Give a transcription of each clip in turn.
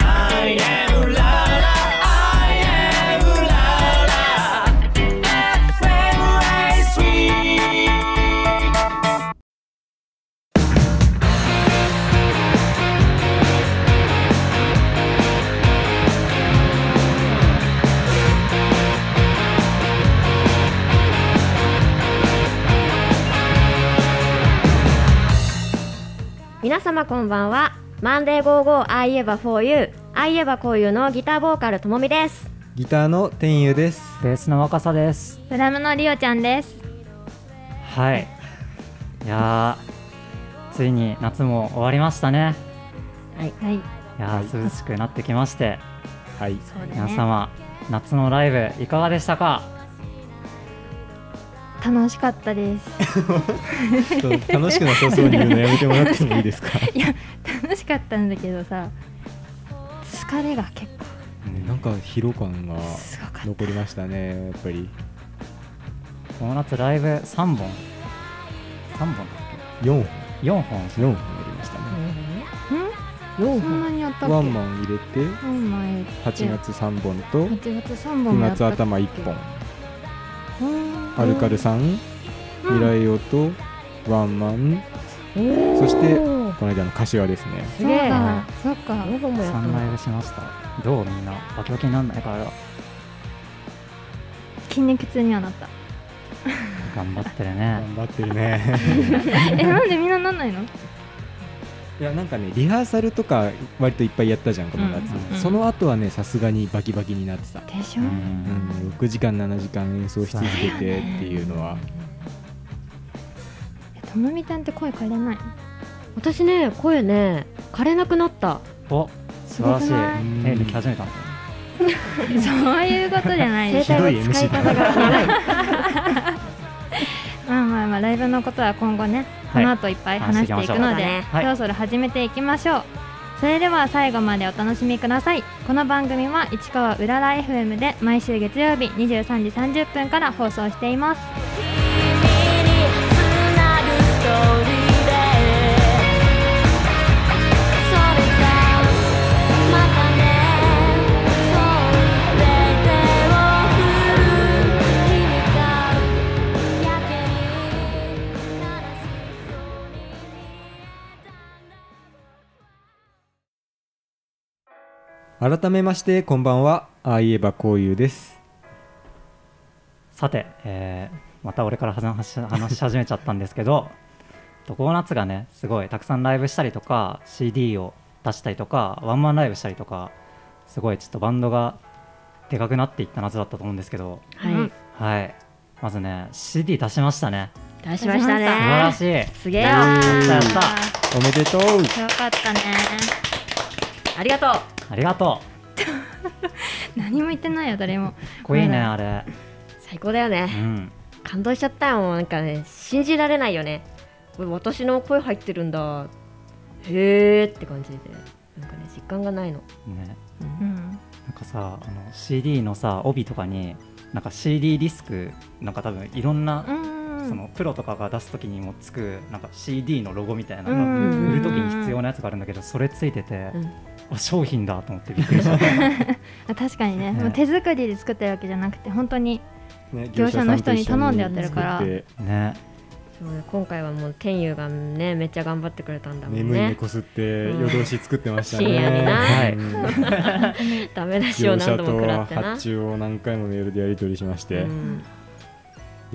I am la la, I am la la. FM スイー皆様こんばんはマンデー55 I 言えば for you I 言えばこういうのギターボーカルともみですギターの天佑です。ベースの若さです。ドラムのリオちゃんです。はい。いやー、ついに夏も終わりましたね。はい。いやー、涼しくなってきまして、はい。そう皆様、夏のライブいかがでしたか？楽しかったです。ちょっと楽しくなさそうに言うのやめてもらってもいい ですか。いや、楽しかったんだけどさ、疲れが結構なんか疲労感がすごかった。残りましたね。やっぱりこの夏ライブ三本、三本だっ四け？四本。四本やりましたね。んそんなにやったっけワンマン入れてワンマン八月三本と8月3九本やっ月たっけ頭一本。うんアルカルさん、うん未来オとワンマン、そしてこの間の柏ですね。すげえそうかそうか5本もやった三のライブしました。どうみんなバキバキになんないから筋肉痛にはな った頑張ってるね。 頑張ってるね。えなんでみんななんないのいやなんかねリハーサルとか割といっぱいやったじゃんこの夏。うんその後はねさすがにバキバキになってた。でしうょ、ん。うん、6時間7時間演奏し続けてっていうのはえともみちゃんって声変えれない私ね声ね枯れなくなったお、素晴らしい。すごくないえ、でき始めたんだ。 そういうことじゃないでしょ 声帯の使い方が荒いまあまあまあライブのことは今後ね、はいこの後いっぱい話していく話のしていきましょうで、はいそろそろ始めていきましょうそれでは最後までお楽しみくださいこの番組は市川うらら FM で毎週月曜日23時30分から放送しています改めましてこんばんはああいえばこういうですさて、えーまた俺から話し話し始めちゃったんですけどとこの夏がねすごいたくさんライブしたりとか CD を出したりとかワンマンライブしたりとかすごいちょっとバンドがでかくなっていった夏だったと思うんですけどはいはいまずね CD 出しましたね出しました素晴らねしい、すげえやわったやったおめでとうよかったねありがとうありがと何も言ってないよ誰もうかっこいいねまあれ最高だようねん感動しちゃったよもうなんかね信じられないよねこれ私の声入ってるんだへーって感じでなんかね実感がないのねうんなんかさあの CD のさ帯とかになんか CD リスクなんか多分いろんなうんそのプロとかが出す時にもつくなんか CD のロゴみたいなうのがん売る時に必要なやつがあるんだけどそれついててうんあ商品だと思ってびっく りしたあ確かにねねもう手作りで作ってるわけじゃなくて本当にね業者の人に頼んでやって業者るさからんと一緒に作ってねそうね今回はもう天佑がねめっちゃ頑張ってくれたんだもん眠いね猫吸ってうん夜通し作ってましたね深夜になはいうんダメ 出しを業何者度も食らとってな発注を何回もメールでやり取りしましうてん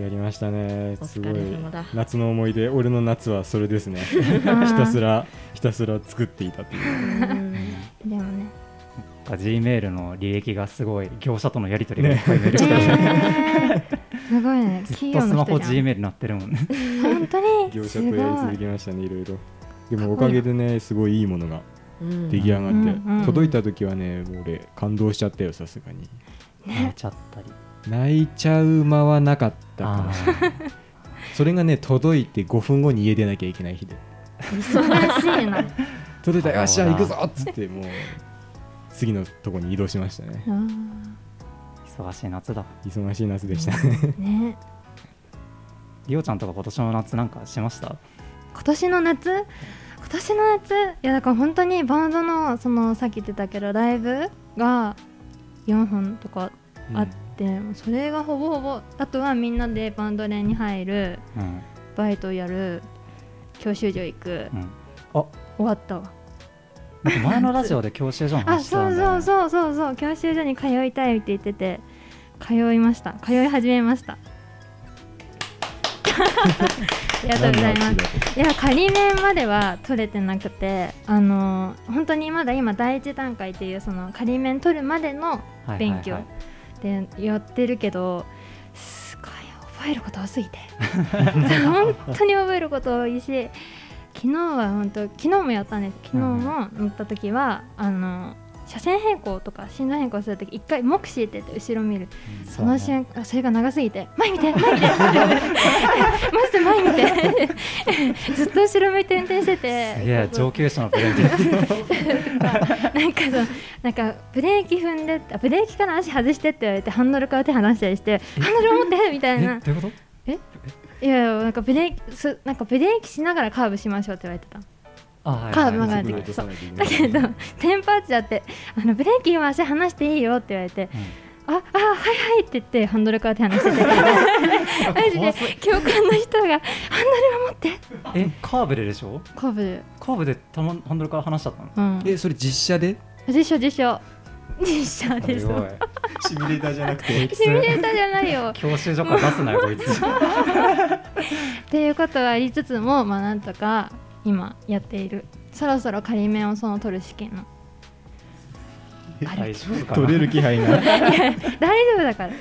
やりましたねおす疲ごいれ様だ夏の思い出俺の夏はそれですねひたすらひたすら作っていたというでもねなんか G メールの履歴がすごい業者とのやり取りがいっぱいメール来たりねえすごいね ず企っ業とスマのホ人 G じメールなってるもんねゃん本当に業者すとごいやり続けましたねいろいろでもおかげでねすごいいいものがうん出来上がって、うんうん届いた時はねもう俺感動しちゃったよさすがに泣いちゃったり泣いちゃう間はなかったかあなーそれがね届いて5分後に家出なきゃいけない日で忙しいな届いたよっしゃそう行だくぞっつってもう 次のとこに移動しましたね忙しい夏だ忙しい夏でしたねねりおちゃんとか今年の夏なんかしました今年の夏今年の夏いやだから本当にバンドのそのさっき言ってたけどライブが4本とかあって、それがほぼほぼあとはみんなでバンド連に入るうんバイトやる教習所行くうん、あ終わったわなんか前のラジオで教習所のあ話してそたうんだよ、そね、うそうそうそう教習所に通いたいって言ってて通いました通い始めましたありがとうございますいや仮面までは取れてなくてあの本当にまだ今第一段階っていうその仮面取るまでのはいはいは勉い強でやってるけど、すごい覚えること多すぎ て本当に覚えること多いし昨日は本当昨日もやったんです昨日も乗った時は、あの車線変更とか進路変更する時一回目視って言って後ろ見るうんその瞬間、あそれが長すぎて前見て前見て マジで前見て ずっと後ろ向いて運転しててすげえそう上級者のブレ ーキなんかそうなんかブレーキ踏んであブレーキから足外してって言われてハンドルから手離したりしてハンドル持ってみたえいな どういうこといやいやなんかブレーキすなんかブレーキしながらカーブしましょうって言われてたあ、はいはいカーブ曲がはるい時はいそうだけ どテンパっちゃってあのブレーキ今足離していいよって言われてああはいはいって言ってハンドルから手離 しててマジで教官の人がハンドルを持ってうんえカーブででしょカーブでカーブでたまハンドルから離しちゃったのうんえそれ実写で実証実 証実証ですすごいシミュレーターじゃなくてシミュレーターじゃないよ教習所から出すなよこいつ っていうことがありつつもまあなんとか今やっているそろそろ仮面をその取る試験の 大丈夫かな取れる気配ない大丈夫だから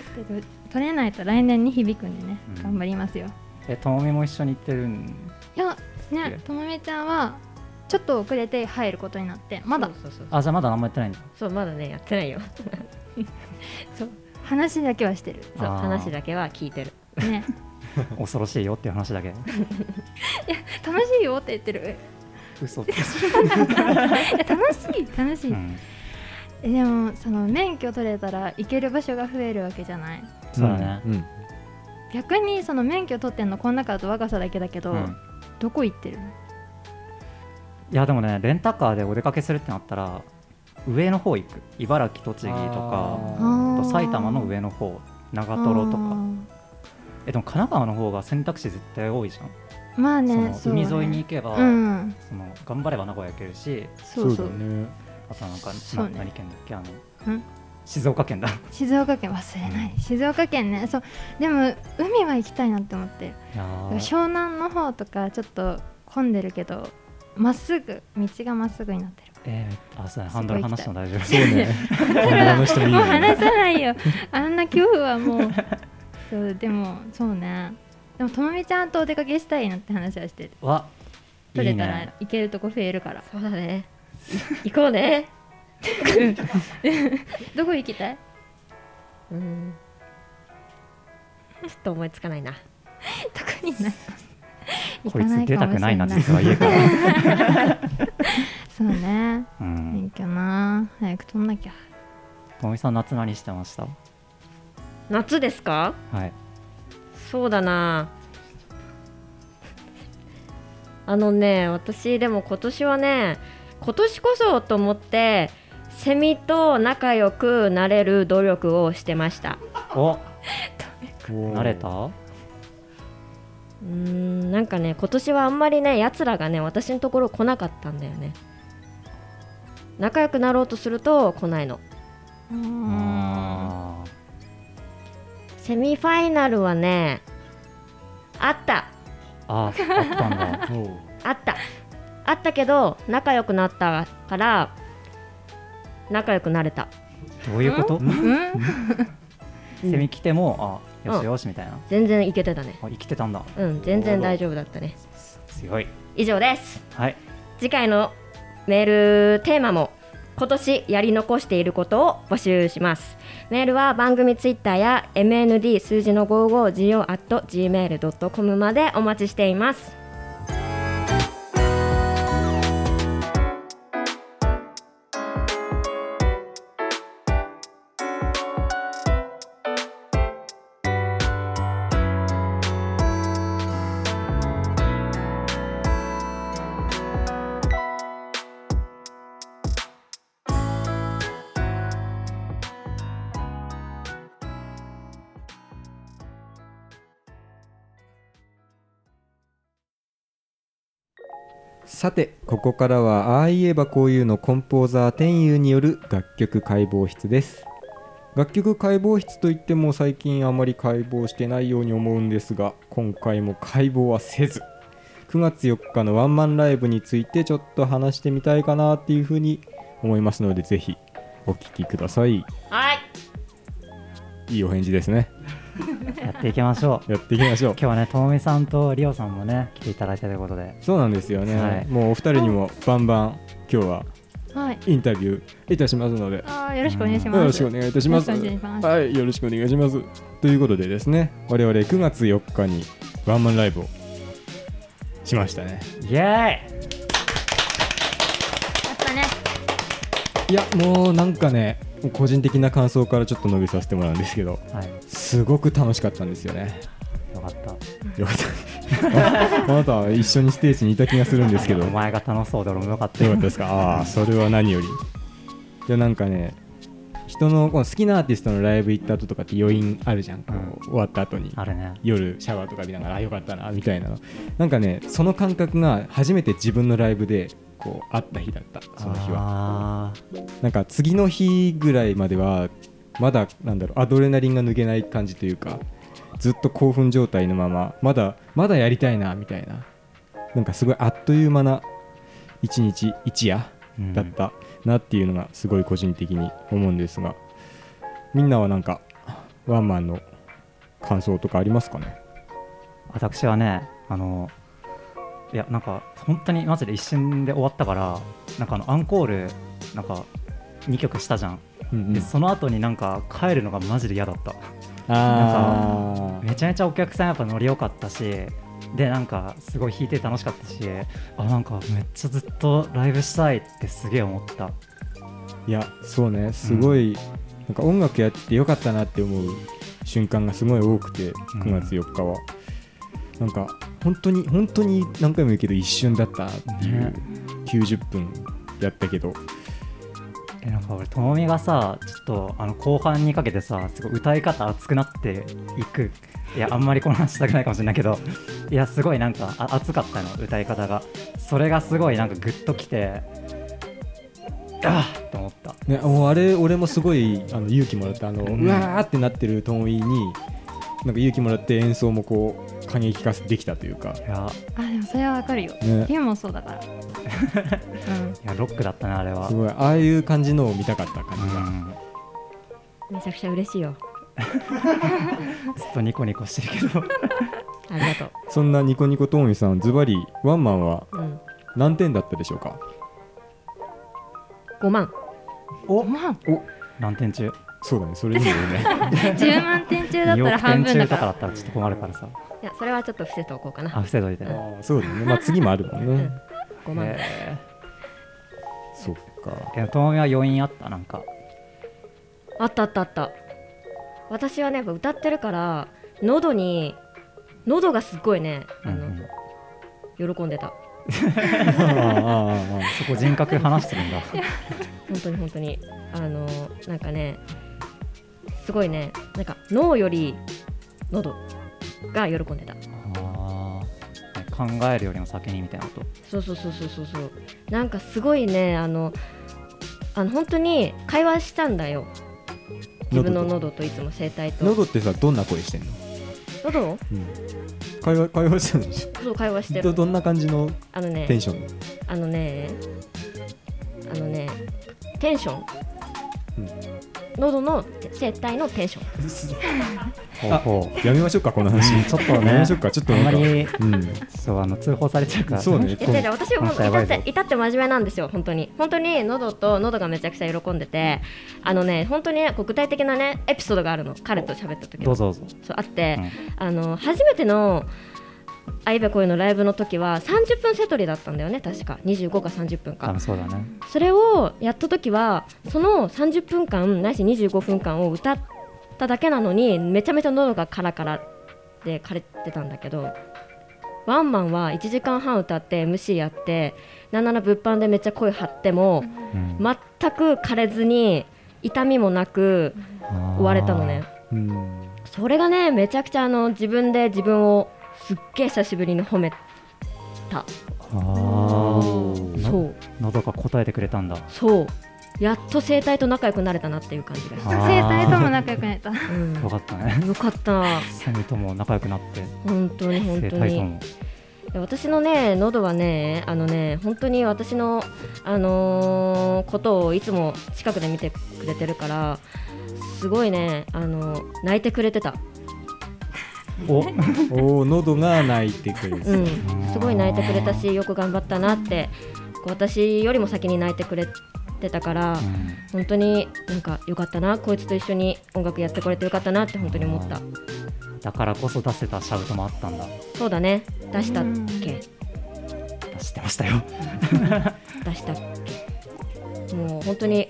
取れないと来年に響くんでね、うん頑張りますよえともみも一緒に行ってるんいやいやねともみちゃんはちょっと遅れて入ることになってまだそうそうそうあじゃあまだ何もやってないんだそうまだねやってないよ話だけはしてるそうあー話だけは聞いてる ね恐ろしいよっていう話だけ楽しいよって言ってる嘘ですいや楽しい楽しうい、んえでもその免許取れたら行ける場所が増えるわけじゃないそうだねうん逆にその免許取ってんのこの中だと若さだけだけど、うんどこ行ってるのいやでもねレンタカーでお出かけするってなったら上の方行く茨城栃木とかああーと埼玉の上の方長瀞とかえでも神奈川の方が選択肢絶対多いじゃん、あーまあねその海沿いに行行けば、うんその頑張れば名古屋行けるしそうそうだねあとはなんか、そうなね何県だっけあのうん静岡県だ静岡県忘れない静岡県ねそうでも海は行きたいなって思っていやー湘南の方とかちょっと混んでるけどまっすぐ道がまっすぐになってるえーあそうだねハンドル離しても大丈夫そう ね女の人もいいもう よ話ねさない よあんな恐怖はもうそうでもそうねでもともみちゃんとお出かけしたいなって話はしてるわい取いれたらね行けるとこ増えるからそうだね 行こうねどこ行きたいうんちょっと思いつかないな特に ない行こかいつない出かたもくしなれいな実は家から、そうねうん勉、強な早く取んなきゃともみさん夏何してました夏ですかはいそうだなあのね私でも今年はね今年こそと思ってセミと仲良くなれる努力をしてましたお慣慣れたうーんなんかね今年はあんまりねやつらがね私のところ来なかったんだよね仲良くなろうとすると来ないのうーんあーセミファイナルはねあったああったんだあったあったけど仲良くなったから仲良くなれたどういうことうんセミ来てもあよしよしみたいな全然いけてたねあ生きてたんだうん全然大丈夫だったね強い以上ですはい次回のメールテーマも今年やり残していることを募集しますメールは番組ツイッターや MND 数字の 55GO.gmail.com までお待ちしていますさてここからはああ言えばこういうのコンポーザー天佑による楽曲解剖室です楽曲解剖室といっても最近あまり解剖してないように思うんですが今回も解剖はせず9月4日のワンマンライブについてちょっと話してみたいかなっていうふうに思いますのでぜひお聴きくださいはいいいお返事ですねやっていきましょうやっていきましょう今日はねともみさんとりおさんもね来ていただいたということでそうなんですよね、はいもうお二人にもバンバン今日ははいインタビューいたしますのであーよろしくお願いしますよろしくお願いいたします。よろしくお願いしますはい、よろしくお願いします。ということでですね、我々9月4日にワンマンライブをしましたね。イエーイやったねいや、もうなんかね、個人的な感想からちょっと述べさせてもらうんですけど、はいすごく楽しかったんですよね。よかったよか った。あなたは一緒にステージにいた気がするんですけど、およか前が楽しそうで俺もよかったよったですか。ああー、それは何より。いや、なんかね、人のこの好きなアーティストのライブ行った後とかって余韻あるじゃん、こう終わった後に。あれね夜シャワーとか浴びながらあよかったなみたいなのなんかねその感覚が初めて自分のライブでこうあった日だったその日ははなんか次の日ぐらいまではまだなんだろうアドレナリンが抜けない感じというかずっと興奮状態のまままだまだやりたいなみたいななんかすごいあっという間な一日一夜うんだったなっていうのがすごい個人的に思うんですがみんなはなんかワンマンの感想とかありますかね私はねあのいやなんか本当にマジで一瞬で終わったからなんかあのアンコールなんか2曲したじゃん、うんでその後になんか帰るのがマジで嫌だったあめちゃめちゃお客さんやっぱ乗り良かったしでなんかすごい弾いて楽しかったしあなんかめっちゃずっとライブしたいってすげえ思ったいやそうねすごい、なんか音楽やっててよかったなって思う瞬間がすごい多くて9月4日は、なんか本当に本当に何回も言うけど一瞬だったっていう、ね90分やったけどえなんか俺ともみがさちょっとあの後半にかけてさすごい歌い方熱くなっていくいやあんまりこの話したくないかもしれないけどいやすごいなんかあ熱かったの歌い方がそれがすごいなんかグッときてあっと思ったね、もうあれ俺もすごいあの勇気もらったあの、うんわーってなってるトーンイになんか勇気もらって演奏もこう過激化できたというかいやあでもそれはわかるよ、ねリュウもそうだ からうんいやロックだったねあれはすごいああいう感じのを見たかった感じが、うんめちゃくちゃ嬉しいよずっとニコニコしてるけど ありがとそんなニコニコトーンイさんズバリワンマンはう、うん、何点だったでしょうか5万おま あ何点中そうだね、それにもよるね。 10万点中だった2ら億半点分中だとかかだらったらちょっと困るからさいやそれはちょっと伏せておこうかあな伏せといてうんねそうだね、まあ次もあるもんね。 5万、えそっか。ーいやともみは余韻あったなんかあったあったあった私はねやっぱ歌ってるから喉に喉がすっごいねあの、うん喜んでたあああああそこ人格話してるんだ本当に本当にあのなんかねすごいねなんか脳より喉が喜んでたあー考えるよりも先にみたいなことそうそうそうそうそうそうなんかすごいねあのあの本当に会話したんだよ自分の喉といつも声帯あと喉ってさ、どんな声してんの喉を会話会話してるんでしそう会話してょどるどんな感じのあのテねンションあのねあのねテンション、うん喉の声帯のテンションあ方法やめましょうか、この話。ちょっとやめねましょうか、ちょっとあんなまんか。りうん、そうあの通報されちゃうからそうね、えこ違う違う私はもうあやば至っいぞて至って真面目なんですよ本当に本当に喉と喉がめちゃくちゃ喜んでてあのね本当にねこう具体的なねエピソードがあるの彼と喋った時どのうぞどうぞ、そうあって、うんあの初めての「あいべこい」のライブの時は30分セトリだったんだよね確か25か30分多か分そうだねそれをやった時はその30分間ないし25分間を歌っただけなのにめちゃめちゃ喉がカラカラで枯れてたんだけどワンマンは1時間半歌って MC やってなんなら物販でめっちゃ声張ってもうん全く枯れずに痛みもなく終われたのねうん、それがねめちゃくちゃあの自分で自分をすっげえ久しぶりに褒めたあーあーなそうのどか答えてくれたんだそうやっと生態と仲良くなれたなっていう感じがしあた、ー生態とも仲良くなれたうんよかったね よかったセミとも仲良くなって本当に本生当態とにもで私のね喉はねあのね本当に私のあのーことをいつも近くで見てくれてるからすごいねあの泣いてくれてたおおお喉が泣いてくる、うんすごい泣いてくれたしよく頑張ったなってこう私よりも先に泣いてくれてたからうん本当になんかよかったなこいつと一緒に音楽やってこれてよかったなって本当に思っただからこそ出せたシャウトもあったんだそうだね出したっけ出してましたよ出したっけもう本当に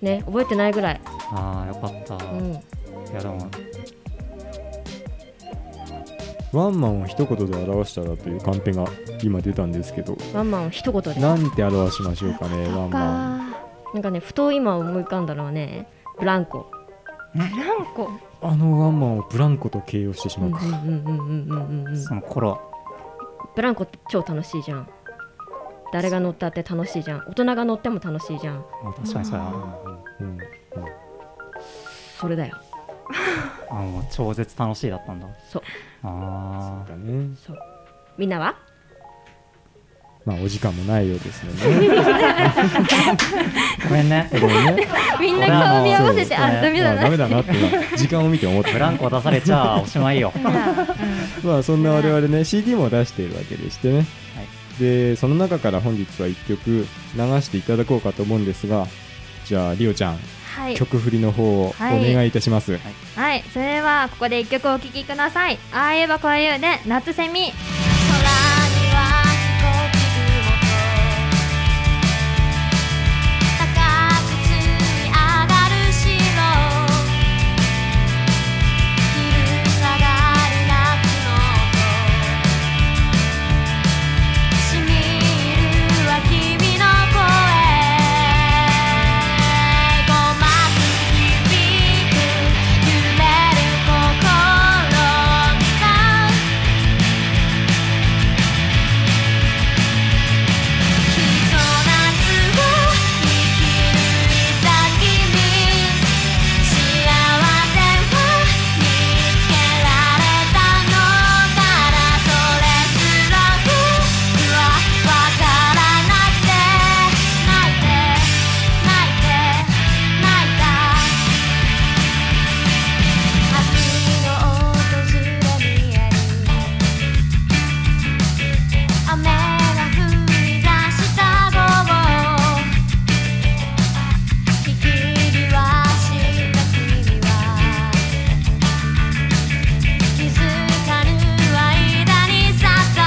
ね覚えてないぐらい、ああよかった、うん、いやでもワンマンを一言で表したらというカンペが今出たんですけどワンマンを一言でなんて表しましょうかねワンマンあなんかねふと今思い浮かんだのはねブランコーブランコあのワンマンをブランコと形容してしうまうんか、うんうんうんうんうんうんその頃ブランコって超楽しいじゃん誰が乗ったって楽しいじゃん大人が乗っても楽しいじゃんあ確かにそうやなうんそれだよあもう超絶楽しいだったんだそうあだねそうみんなはまあお時間もないようですので ねあごめんね これねみんな顔見合わせて俺はもうあダメだあダメなだなって時間を見て思ったブランコ出されちゃおしまいよまあそんな我々ね CD も出しているわけでしてね、でその中から本日は1曲流していただこうかと思うんですがじゃあリオちゃん、はい曲振りの方をおはい願いいたします、はいそれではここで一曲お聴きくださいああ言えばこう言うで夏セミ空には飛行機雲と」「高く積み上がる白」「昼下がる夏の音」「しみいるは君の声」「ごまく響く揺れる心が」「ひと夏を生き抜いた君」「幸せを見つけられたのからそれすら僕はわからなくて」「泣いて泣いて泣いた」「秋の訪れ見える」雨が降り出した午後引き際した君は気づかぬ間に去った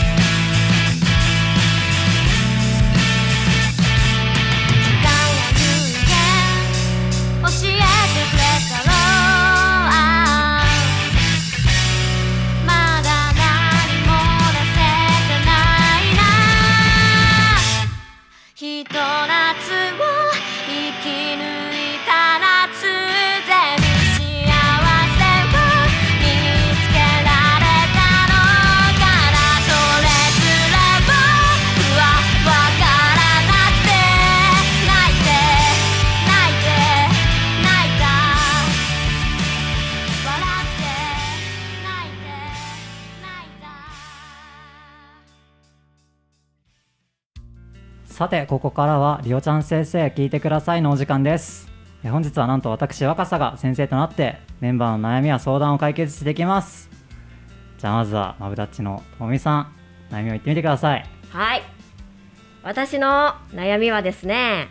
「教えてくれたろう」「まだ何も出せてないな」「ひと夏を生き抜いた夏ゼミ」「幸せを見つけられたのから」「それすら僕はわからなくて」「泣いて泣いて泣いた」「笑って泣いて泣いた」さてここからはりおちゃん先生聞いてくださいのお時間ですえ本日はなんと私若狭が先生となってメンバーの悩みや相談を解決していきますじゃあまずはマブダッチのともみさん悩みを言ってみてくださいはい私の悩みはですね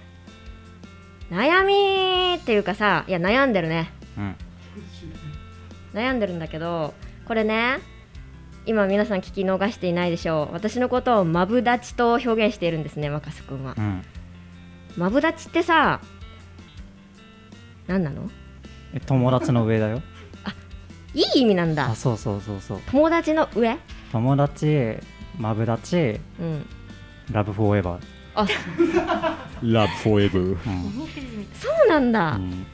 悩みっていうかさいや悩んでるねうん悩んでるんだけどこれね今皆さん聞き逃していないでしょう私のことをマブダチと表現しているんですね若狭くんはうんマブダチってさ何なのえ友達の上だよいい意味なんだあそうそうそうそう友達の上友達マブダチうんラブフォーエバー、あラブフォーエブーうんそうなんだ、うん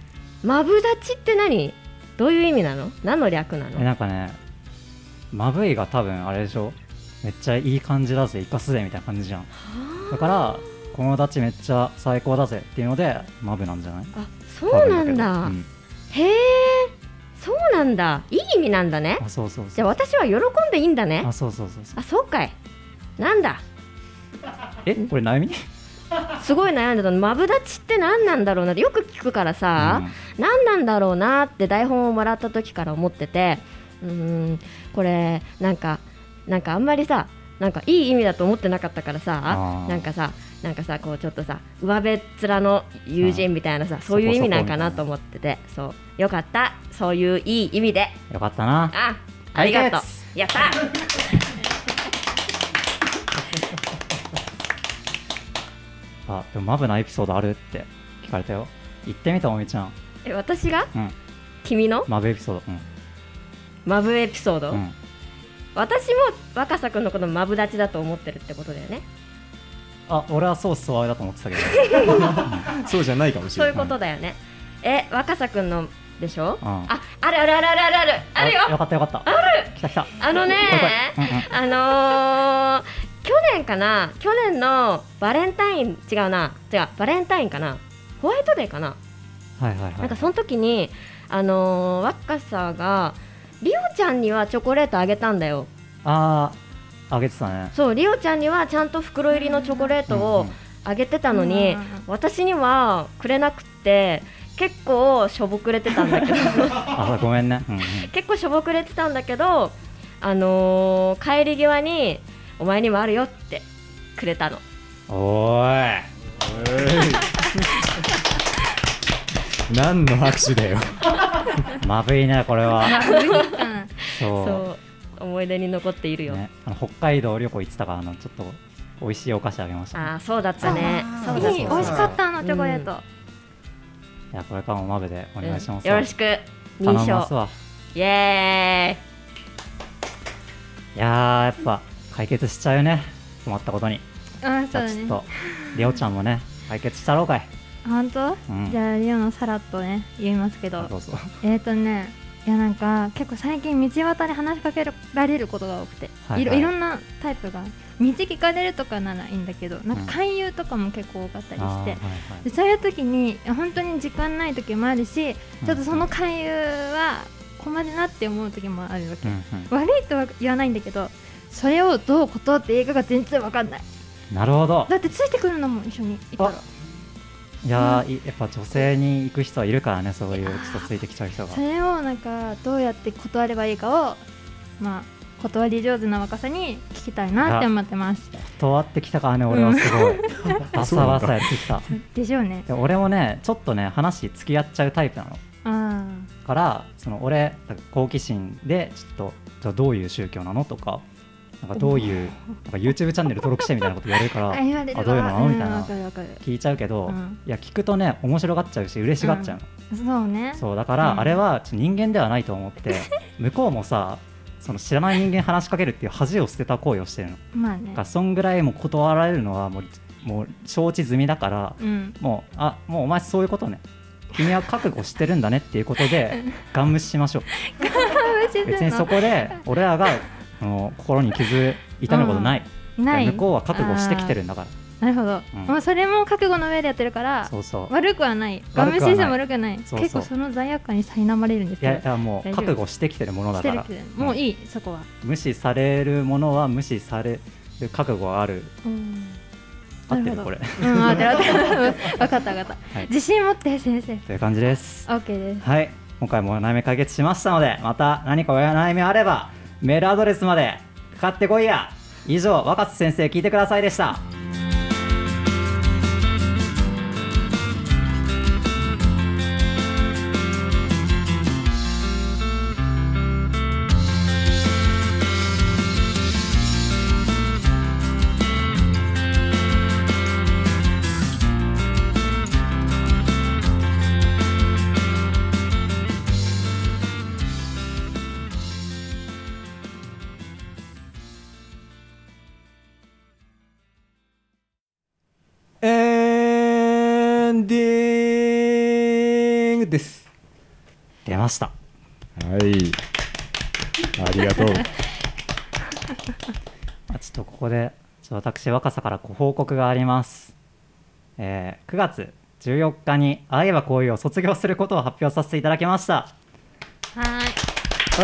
マブダチって何どういう意味なの何の略なえのなんかねマブイが多分あれでしょめっちゃいい感じだぜ生かすぜみたいな感じじゃんだからこのダチめっちゃ最高だぜっていうのでマブなんじゃないあそうなんだ多分けへえそうなんだいい意味なんだねどうんあそうそうそうじゃあ私は喜んでいいんだねあそうそうそうそうあそうかいなんだえこれ悩みすごい悩んでたのマブダチって何なんだろうなってよく聞くからさ、うん何なんだろうなって台本をもらった時から思っててうーんこれなんかなんかあんまりさなんかいい意味だと思ってなかったからさあーなんかさなんかさこうちょっとさ上辺っ面の友人みたいなさそういう意味なんかなと思っててそうよかったそういういい意味でよかったなあありがとう解やったあでもマブなエピソードあるって聞かれたよ言ってみたおみちゃんえ私がうん君のマブエピソードマブエピソード、うん、うん、私も若狭君のことマブダチだと思ってるってことだよねあ俺はソースワーだと思って たけど そうじゃないかもしそういれうないことだよね。え、若狭くんのでしょ、うんあ、あるあるあるあるあるあるよあよかったよかったある来た来たあのね来い来いうんうんあのー、去年かな去年のバレンタイン、違うな、違う、バレンタインかなホワイトデーかなはいはいはいなんかその時に、あのー、若狭が、リオちゃんにはチョコレートあげたんだよ。あーあげてたねそう、リオちゃんにはちゃんと袋入りのチョコレートうをんうんあげてたのに、うんうんうん私にはくれなくって、結構しょぼくれてたんだけど。あごめんね、うんうん、結構しょぼくれてたんだけど、あのー帰り際に「お前にもあるよ」ってくれたのおーい何の拍手だよまぶいねこれはうんそうそう思い出に残っているよ、ね、あの北海道旅行行ってたからあのちょっと美味しいお菓子あげました、あね、あそうだったねあそーうだいいそ美う味だしかったあのチョコレート、いやこれからもマブでお願いしますうんわ、よろしく頼認みます証わイエいやーやっぱ解決しちゃうよね困ったことにうんじそうゃあだちょっねとりょうちゃんもね解決したろうかい、本当、うんじゃあリオのさらっとね言いますけどどうぞえっ、ー、とねいやなんか結構最近道端で話しかけられることが多くて、はいはいいろいろんなタイプが道聞かれるとかならいいんだけどなんか勧誘とかも結構多かったりあしーはいて、はいでそういう時に本当に時間ない時もあるしちょっとその勧誘は困るなって思う時もあるわけ、うんうん悪いとは言わないんだけどそれをどう断っていいかが全然わかんないなるほどだってついてくるのも一緒にいたらいやーいやっぱ女性に行く人はいるからねそういうちょっとついてきちゃう人がそれをなんかどうやって断ればいいかをまあ断り上手な若さに聞きたいなって思ってます断ってきたからね俺はす ごいバサバサやってきたでしょうねで俺もねちょっとね話付き合っちゃうタイプなのあからその俺なんか好奇心でちょっとじゃあどういう宗教なのとかなんかどういうなんか YouTube チャンネル登録してみたいなこと言われるか あら言われるわあどういうのなのみたいうんわなかるわかる聞いちゃうけど、うんいや聞くとね面白がっちゃうし嬉しがっちゃうの、そうねそうだかうんらあれはちょっと人間ではないと思って 向こうもさその知らない人間に話しかけるっていう恥を捨てた行為をしてるのまあだねからそんぐらいもう断られるのはもうもう承知済みだから、うん もうあもうお前そういうことね君は覚悟してるんだねっていうこと でガン無視しましょう別にそこで俺らがあの心に傷痛むことない、ない向こうは覚悟してきてるんだかなるほど、うんもうそれも覚悟の上でやってるかららそうそう悪くはないガム悪くはないシーズンも悪くはないそうそう結構その罪悪感に苛まれるんですいやよいやもう大丈夫覚悟してきてるものだしてかるらけどもういい、そこは、うん無視されるものは無視される覚悟はあるうん、合ってなるるほこどれ うん、わかったわかったわかった、はい自信持って先生という感じですオッケーですはい今回もお悩み解決しましたのでまた何かお悩みあればメールアドレスまでかかってこいや以上若狭先生聞いてくださいでしたンディングです出ましたはいありがとうあちょっとここでちょっと私若さからご報告があります、えー9月14日に「愛は恋」を卒業することを発表させていただきましたは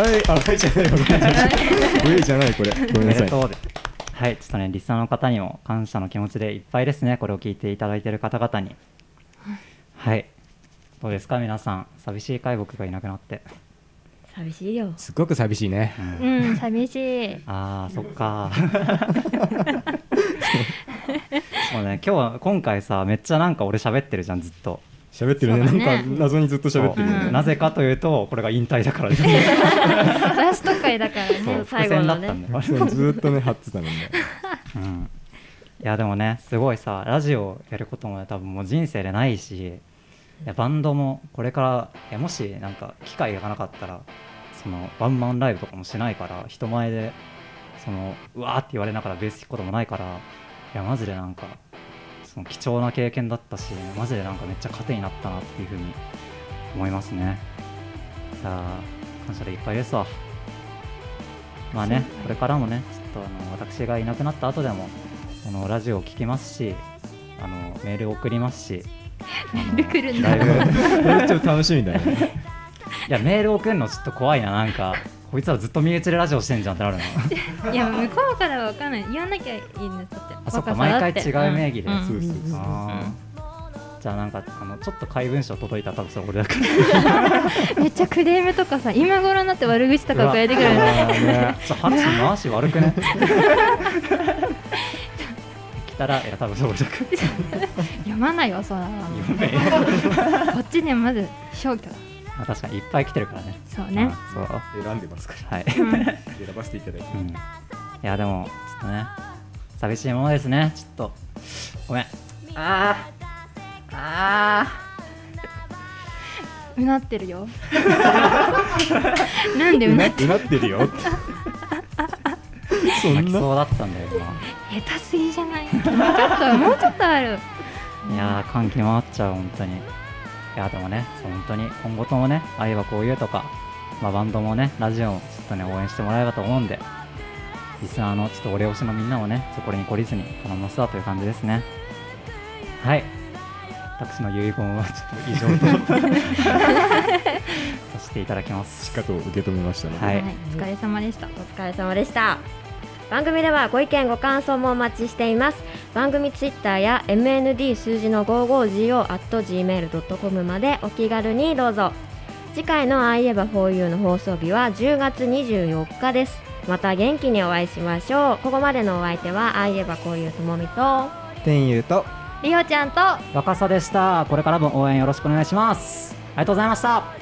いはいあはいじゃないごめんなさい上じゃないこれごおめんめなでさいとうではいちょっとねリスナーの方にも感謝の気持ちでいっぱいですねこれを聞いていただいている方々にはいどうですか皆さん寂しい海僕がいなくなって、寂しいよすっごく寂しいねううんん寂しいあーそっかもうね今日は今回さめっちゃなんか俺喋ってるじゃんずっと喋ってるねそうだねなんか謎にずっと喋ってるようんねなぜかというとこれが引退だからですねラスト回だからそねうう最後のね伏線だったんだよそうずーっとね張ってたもんねうんいやでもねすごいさラジオやることもね多分もう人生でないしいやバンドもこれからいやもしなんか機会がなかったらそのワンマンライブとかもしないから人前でそのうわーって言われながらベース弾くこともないからいやマジでなんかその貴重な経験だったしマジでなんかめっちゃ糧になったなっていうふうに思いますねいやー感謝でいっぱいですわまあねこれからもねちょっとあの私がいなくなった後でもこのラジオを聞きますしあのメールを送りますしルクル だいのぶこれちょっと楽しみだねいやメール送るのちょっと怖いななんかこいつはずっと身内でラジオしてんじゃんってなる のいや向こうからは分かんない言わなきゃいいんですだってあそっか若さだ毎て回違う名義でんそうそうそうあーじゃあなんかあのちょっと怪文書届いたら多分それ俺だからめっちゃクレームとかさ今頃になって悪口とか送られてくるのね ねちょっと話回し悪くね 来たらいや多分それ俺だ から読まないよそらこ読めよっちでまず消去だまあ確かにいっぱい来てるからねそうねあそう選んでますかはい、うんら選ばせていただいてうん、いやでもちょっとね寂しいものですねちょっとごめんあーあーうなってるよ なんでううななっってうなってるよ ってそ泣んきなそうだったんだよ今下手すぎじゃないもうちょっともうちょっとあるいやー歓喜回っちゃう本当にいやでもねそう本当に今後ともね愛はこういうとか、まあ、バンドもねラジオもちょっとね応援してもらえればと思うんでリスナーのちょっとお礼推しのみんなもねちょっとこれに懲りずに頼みますわという感じですねはい私の遺言はちょっと以上 と させていただきますしかと受け止めましたねはいお疲れ様でしたお疲れ様でした番組ではご意見ご感想もお待ちしています番組ツイッターや MND 数字の 55go.gmail.com までお気軽にどうぞ次回の「あいえば 4U」の放送日は10月24日ですまた元気にお会いしましょうここまでのお相手は「あいえば 4U」ともみと天佑とりおちゃんと若さでしたこれからも応援よろしくお願いしますありがとうございました그